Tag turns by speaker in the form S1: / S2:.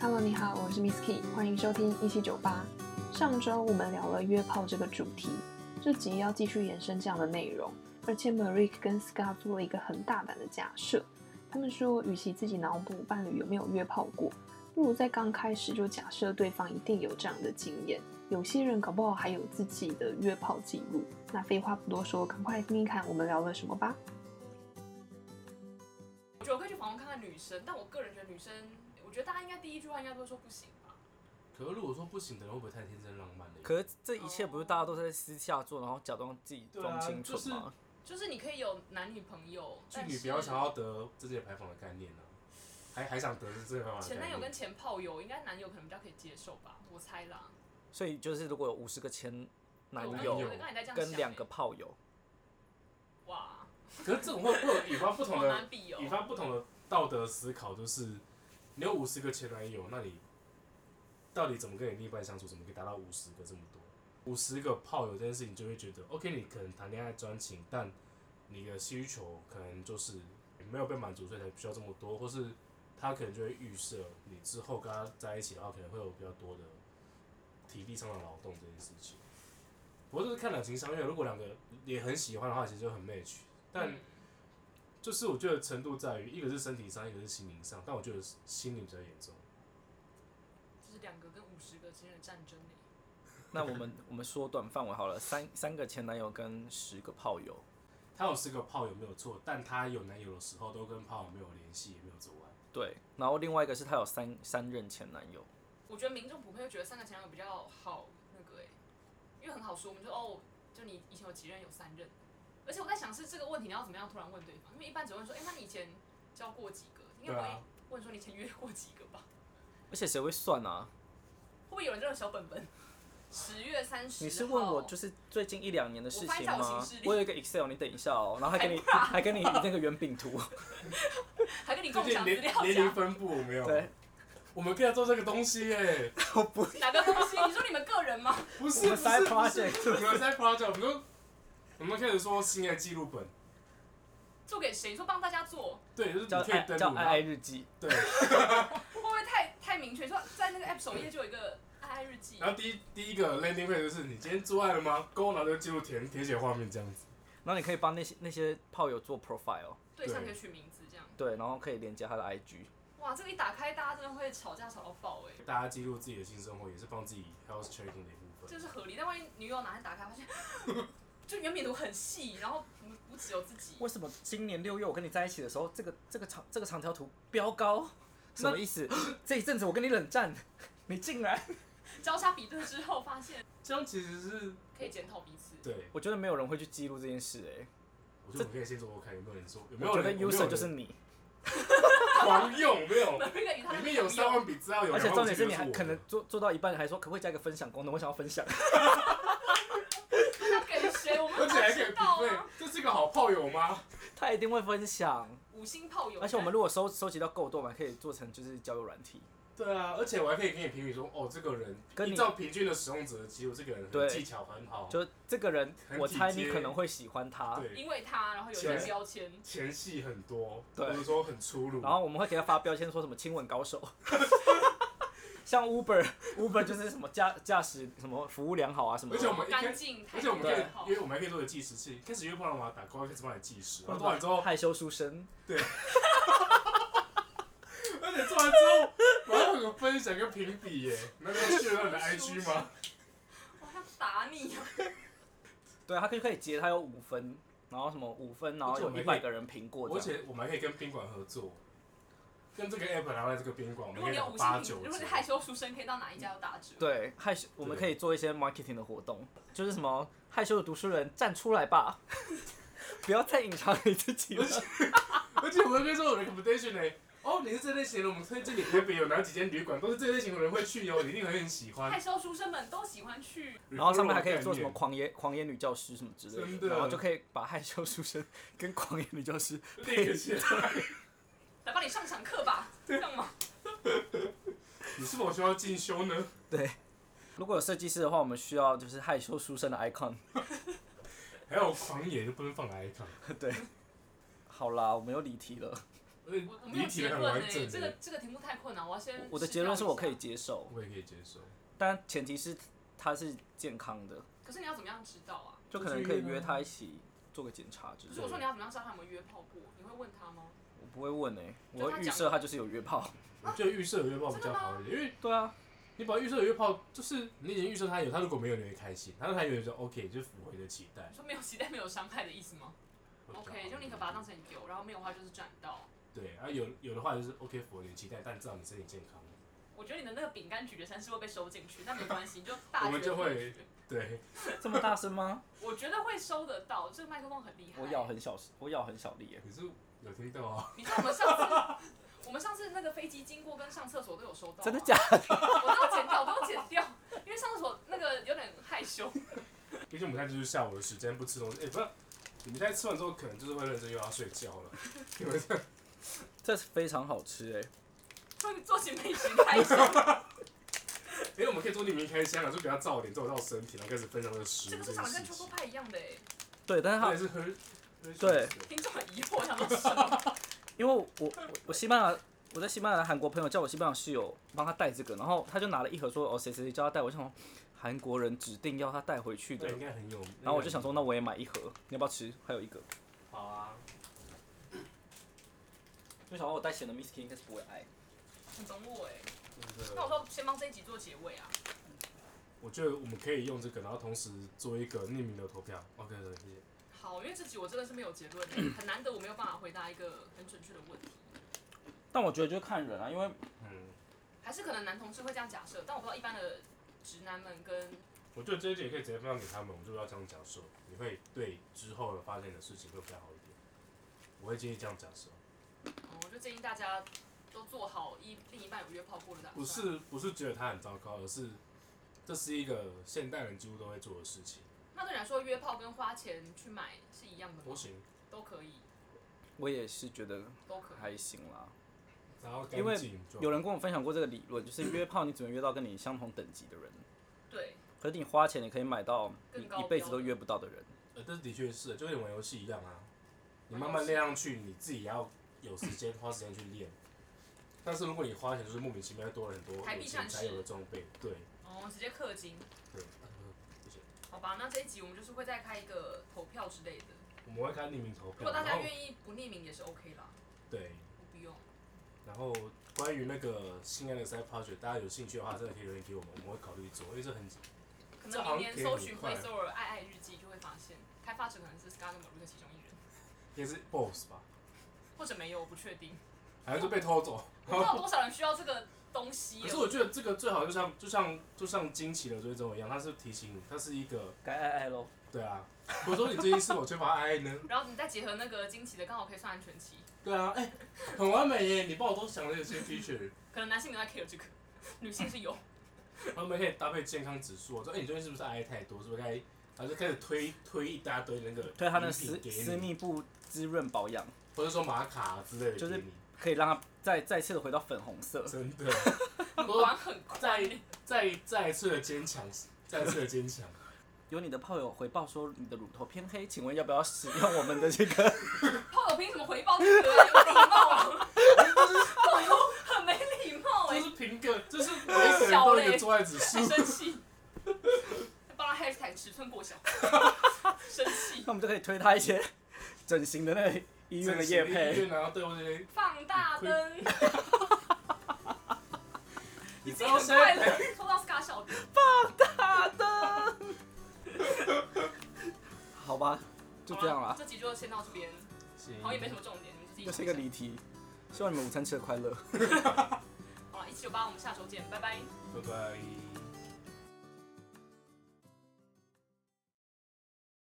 S1: Hello，你好，我是 Miss Key，欢迎收听一七九八。上周我们聊了约炮这个主题，这集要继续延伸这样的内容。而且 Marik 跟 Scott 做了一个很大胆的假设，他们说，与其自己脑补伴侣有没有约炮过，不如在刚开始就假设对方一定有这样的经验。有些人搞不好还有自己的约炮记录。那废话不多说，赶快听听看我们聊了什么吧。
S2: 我觉得我可以去访问看看女生，但我个人觉得女生，我觉得大家应该第一句话应该都会说不行吧。
S3: 可是如果说不行，可能会不会太天真浪漫了？
S4: 可是这一切不是大家都在私下做，然后假装自己装清纯
S3: 对啊
S4: 吗？
S2: 就是你可以有男女朋友，
S3: 去
S2: 但
S3: 你
S2: 是
S3: 不要想要得自己的牌坊的概念呢、啊，还还想得自己的牌坊的概
S2: 前
S3: 念。
S2: 男友跟前炮友，应该男友可能比较可以接受吧，我猜啦。
S4: 所以就是如果有五十个前男
S2: 对
S4: 友
S2: 我刚才在这样
S4: 跟
S2: 想
S4: 两
S2: 欸
S4: 个炮友，
S2: 哇，
S3: 可是这种会会有引发不同
S2: 好
S3: 的
S2: 难比
S3: 引
S2: 哦。
S3: 发不同的道德思考，就是你有五十个前男友，那你到底怎么跟你另一半相处？怎么可以达到五十个这么多？五十个炮友这件事情，就会觉得 OK，你可能谈恋爱专情，但你的需求可能就是没有被满足，所以才需要这么多，或是他可能就会预设你之后跟他在一起的话，可能会有比较多的体力上的劳动这件事情。不过就是看两情相悦，如果两个也很喜欢的话，其实就很 match，但。
S2: 嗯
S3: 就是我觉得程度在于，一个是身体上，一个是心灵上，但我觉得心灵比较严重。
S2: 就是两个跟五十个之间的战争欸呢、
S4: 那我们 我们缩短范围好了，三三个前男友跟十个炮友，
S3: 他有十个炮友没有错，但他有男友的时候都跟炮友没有联系，也没有走完。
S4: 对，然后另外一个是他有三三任前男友，
S2: 我觉得民众普遍会觉得三个前男友比较好那个哎、因为很好说，我们就哦，就你以前有几任，有三任。而且我在想是这个问题，你要怎么样突然问对方？因为一般只会问说，哎、那你以前交过几个？应该不
S3: 对
S2: 会
S3: 啊
S2: 问说你以前约过几个吧？
S4: 而且谁会算啊？
S2: 会不会有人这种小本本？十月三十，
S4: 你是问我就是最近一两年的
S2: 我
S4: 事
S2: 翻
S4: 情
S2: 一下我
S4: 吗
S2: 行事？历
S4: 我有一个 Excel，你等一下哦，然后还给你还给你那个圆饼图，
S2: 还跟你
S3: 最
S2: 共
S3: 近
S2: 享资
S3: 年
S2: 料
S3: 年龄
S2: 夹，
S3: 分布没有，
S4: 对，
S3: 我们可以做这个东西耶、
S4: 我不
S2: 哪个东西？你 说你们个人吗？
S3: 不是
S4: 我们塞
S3: 不是
S4: project
S3: 不是我们塞 project，我们都我们开始说新的记录本，
S2: 做给谁？说帮大家做，
S3: 对，就是你
S4: 叫
S3: 可以
S4: 爱
S3: 登
S4: 叫
S3: 录
S4: 爱爱，日记，
S3: 对，
S2: 会不会太太明确？说在那个 app 首页就有一个爱爱日记
S3: 然，后第一第一个 landing page 就是你今天做爱了吗？勾，然后就记录填填写画面这样子。
S4: 然后你可以帮那些那些炮友做 profile。
S2: 对象可以取名字这样。
S4: 对，然后可以连接他的 IG。
S2: 哇，这个一打开，大家真的会吵架吵到爆哎、
S3: 大家记录自己的性生活，也是帮自己 health checking 的一部
S2: 这
S3: 分。
S2: 是合理。但万一女友哪天打开发现， 就原饼图很细，然后不不只有自己，
S4: 为什么今年六月我跟你在一起的时候，这个这个长这个长条图标高？什么意思？ 这一阵子我跟你冷战，你进来？
S2: 交叉比对之后发现
S3: 这样其实是
S2: 可以检讨彼此。
S3: 对，
S4: 我觉得没有人会去记录这件事哎、
S3: 我觉得我们可以先做做看有没有人说，有没
S4: 我
S3: 有
S4: 觉得
S3: 人有没有
S4: user
S3: 人
S4: 就是你，
S3: 狂用，没 有，
S2: 那个与他的
S3: 哦里面
S2: 朋
S3: 有
S2: 友
S3: 三万笔资料，有
S4: 而且重点是你
S3: 2万
S4: 还
S3: 笔
S4: 可
S3: 就
S4: 能
S3: 我
S4: 做做到一半还说可不可以加一个分享功能？我想要分享。
S2: 那给谁？我
S3: 的， 而
S2: 们
S3: 且还
S2: 哪
S3: 可
S2: 知
S3: 以比
S2: 道
S3: 对
S2: 啊？，
S3: 这是一个好炮友 吗？
S4: 他一定会分享，
S2: 五星炮友，
S4: 而且我们如果收收集到够多，我们还可以做成就是交友软体。
S3: 对啊，而且我还可以给你评语说，哦，这个人
S4: 跟你
S3: 依照平均的使用者的记录，这个人
S4: 对
S3: 很技巧很好，
S4: 就啊这个人
S3: 哦很，体
S4: 我猜你
S3: 贴
S4: 可能会喜欢他，
S3: 对，
S2: 因为他，然后有一些
S3: 对
S2: 标签，
S3: 前戏很多，
S4: 对
S3: 或者说很粗鲁，
S4: 然后我们会给他发标签，说什么亲吻高手， 像 Uber Uber 就是什么驾驾驶什么服务良好啊什么
S3: 而且我
S4: 的。
S3: 们一
S2: 干
S3: 开，
S2: 净，态
S3: 而且
S2: 度
S3: 我们可以
S2: 很，好
S3: 因。为我们还可以做个计时器，开始约炮了嘛，打勾，开始帮你计时，然后做完之后，
S4: 害羞书生，
S3: 而且做完之后，我还有个分享跟评比耶，那个去了你的 IG 吗？
S2: 我要打你啊！
S4: 对他可以可以截，他有五分，然后什么五分，然后有一百个人评过
S3: 而
S4: 这样。
S3: 且我们还可以跟宾馆合作，跟这个 app 然后来这个宾馆，我
S2: 如
S3: 们
S2: 果
S3: 可以
S2: 你有
S3: 打
S2: 五星评
S3: 八九
S2: 论，如果你
S3: 折。
S2: 害羞书生，可以到哪一家有打折？，
S4: 对，害羞，我们可以做一些 marketing 的活动，就是什么害羞的读书人站出来吧， 不要再隐藏你自己了。
S3: 而且我们可以做 recommendation 呢、哦，你是这类型的，我们推荐你台北有哪几间旅馆，都是这类型的人会去哦，你一定会很喜欢
S2: 害。羞书生们都喜欢去，
S4: 然后上面还可以做什么狂野狂野女教师什么之类
S3: 真
S4: 的，
S3: 的
S4: 然后就可以把害羞书生 跟狂野女教师
S3: 列起来？
S2: 来帮你上场课吧，这样吗？
S3: 你是否需要进修呢？
S4: 对，如果有设计师的话，我们需要就是害羞书生的 icon。
S3: 还有狂野就不能放 icon。
S4: 对，好啦，我们又离题了。
S2: 我我没
S3: 呃离
S2: 有
S3: 题
S2: 结
S3: 的很
S2: 论
S3: 完
S2: 哎、
S3: 整
S2: 这个
S3: 的，
S2: 这个题目太困难，我要先
S4: 我的
S2: 试
S4: 结论
S2: 掉
S4: 是
S2: 一
S4: 我可以
S2: 下，
S4: 接受，
S3: 我也可以接
S2: 啊
S3: 受。
S4: 但前提是他是健康的，
S2: 可是你要怎么样知道啊？
S4: 就
S3: 就
S4: 可能
S3: 去
S4: 可以
S3: 约
S4: 约
S3: 吗
S4: 他一起做个检查之
S2: 不
S4: 类
S2: 是
S4: 的
S2: 我。说你要怎么样知道他有没有约炮过？你会问他吗？
S4: 我不会问哎、
S2: 就
S4: 我
S2: 他
S4: 会预
S2: 讲
S4: 设他就是有约炮。
S3: 我觉得预设有约炮比较好一点，因为
S4: 对啊，
S3: 你把预设有约炮，就是你已经预设他有，他如果没有你会开心，他他有就 OK，就符合你的期待
S2: 你。说没有期待没有伤害的意思吗
S3: 会比较好
S2: ？OK，就宁可把它当成有，然后没有的话就是赚到。
S3: 对，然后有有的话就是 OK 符合你的期待，但至少你身体健康。
S2: 我觉得你的那个饼干咀嚼声是会被收进去，但没关系，你就大
S3: 我们
S2: 嚼
S3: 就
S2: 特
S3: 会
S2: 嚼
S3: 对，
S4: 这么大声吗？
S2: 我觉得会收得到，这个麦克风很厉害。
S4: 我咬很小，我咬很小力欸 耶、
S3: 可是有听到啊，
S2: 你看我们上次，我们上次那个飞机经过跟上厕所都有收到、啊
S4: 真的？假
S2: 我都要剪掉，我都要剪掉，因为上厕所那个有点害羞。
S3: 毕竟我们现在就是下午的时间不吃东西，哎、不是，你们现在吃完之后可能就是会认真又要睡觉 了。你们这
S4: 这是非常好吃哎、
S2: 所以做起美食开心，
S3: 因哎为我们可以做匿名开箱啊，就给他照脸照到身体，然后开始分享这个食
S2: 这
S3: 物
S2: 个
S3: 这
S2: 是
S3: 件
S2: 长得跟
S3: 事
S2: c h
S3: 情
S2: o。派一样的哎，
S4: 对，但是
S3: 他
S4: 它
S3: 也是喝，喝水
S4: 对
S3: 的
S2: 听众很疑惑，想说什么？
S4: 因为我我我西班牙我在西班牙的韩国朋友叫我西班牙室友帮他带这个，然后他就拿了一盒说哦谁谁谁叫他带，我想说韩国人指定要他带回去的
S3: 对，，应该很有。
S4: 然后我就想说那我也买一盒，你要不要吃？还有一个，
S3: 好啊，
S4: 就想说我带咸的 Miskin 应该是不会挨。
S2: 你懂我哎。
S3: 真
S2: 那我
S3: 的，
S2: 说先帮这一集做结尾啊，
S3: 我觉得我们可以用这个，然后同时做一个匿名的投票。OK，对，谢谢。
S2: 好，因为这集我真的是没有结 论，欸很难得我没有办法回答一个很准确的问题，
S4: 但我觉得就看人啊，因为
S3: 嗯，
S2: 还是可能男同志会这样假设，但我不知道一般的直男们跟
S3: 我觉得这一集也可以直接分享给他们，我就不要这样假设，你会对之后的发现的事情会比较好一点。我会建议这样假设，
S2: 嗯，我就建议大家都做好一另一半有约炮过的打算。
S3: 不，是不是觉得他很糟糕，而是这是一个现代人几乎都会做的事情。
S2: 那对你来说，约炮跟花钱去买是一样的吗？
S3: 不行，
S2: 都可以，
S4: 我也是觉得
S2: 都可以。
S4: 还行啦。
S3: 然后
S4: 因为
S3: 干净就
S4: 有人跟我分享过这个理论，就是约炮你只能约到跟你相同等级的人，
S2: 对，
S4: 可是你花钱你可以买到你
S2: 更高
S4: 一辈子
S2: 标
S4: 都
S2: 的
S4: 约不到的人。
S3: 呃，但是的确是，就跟你玩游戏一样啊，你慢慢练上去，你自己也要有时间花时间去练。但是如果你花钱，就是莫名其妙多了很多
S2: 台币
S3: 以前
S2: 战士
S3: 才有的装备，对
S2: 哦，直接氪金。
S3: 对。
S2: 好吧，那这一集我们就是会再开一个投票之类的，
S3: 我们会开匿名投
S2: 如
S3: 票，
S2: 果大家
S3: 然后
S2: 愿意不匿名也是 OK 啦，
S3: 对，
S2: 我不用。
S3: 然后关于那个性爱的 side project，大家有兴趣的话，真的可以留言给我们，我们会考虑做，因为这很
S2: 可
S3: 这
S2: 能
S3: 好像
S2: 明年
S3: 可以很
S2: 搜寻
S3: 快
S2: 灰搜尔爱爱日记就会发现，开发者可能是 Scar 的某的其中一人，
S3: 应该是 boss 吧，
S2: 或者没有，我不确定。
S3: 好像就被偷走。
S2: 我不知道有多少人需要这个东西
S3: 哦
S2: 哦
S3: 可
S2: 耶。
S3: 是我觉得这个最好就像就像就像惊奇的追踪一样，它是提醒你，它是一个
S4: 该爱爱喽。
S3: 对啊。我说你最近是否缺乏爱呢？
S2: 然后你再结合那个惊奇的，刚好可以算安全期。
S3: 对啊，哎、很完美耶！你帮我都想了一些 feature，
S2: 可能男性没有在 care 这个，女性是有。
S3: 然后我们可以搭配健康指数啊，说哎、你最近是不是挨太多？是不是该？然后就开始推推一大堆那个
S4: 对他的
S3: 饮
S4: 私
S3: 品给你
S4: 私密部滋润保养，
S3: 或者说玛卡之类的给你，
S4: 就是可以让它再再次的回到粉红色。
S3: 真 的
S2: 玩很快
S3: 再再再一次的坚强，再一次的 坚强。
S4: 有你的炮友回报说你的乳头偏黑，请问要不要使用我们的这个？
S2: 炮友凭什么回报这个？有礼貌啊！炮友很没礼 貌哎、
S3: 这是凭个，这是每一个人都有一个做爱指数
S2: 很。生 气。帮他 hashtag 尺寸过小，生气
S4: 那。我们就可以推他一些整形的那个医院的夜
S3: 医
S4: 配。
S3: 院然后对不对？
S2: 放大 灯，
S3: 你知
S2: 这
S3: 道
S2: 很
S3: 现
S2: 快
S3: 在
S4: 哎
S2: 乐，抽到 Scar 小灯。
S4: 好的，好吧，就这样
S2: 好啦
S4: 啦，
S2: 这集就先到这边，好像也没什么重点，你们自己
S4: 又
S2: 想
S4: 是一个
S2: 想
S4: 离题。希望你们午餐吃的快乐。
S2: 好了，一七九八，我们下周见，拜拜。
S3: 拜拜。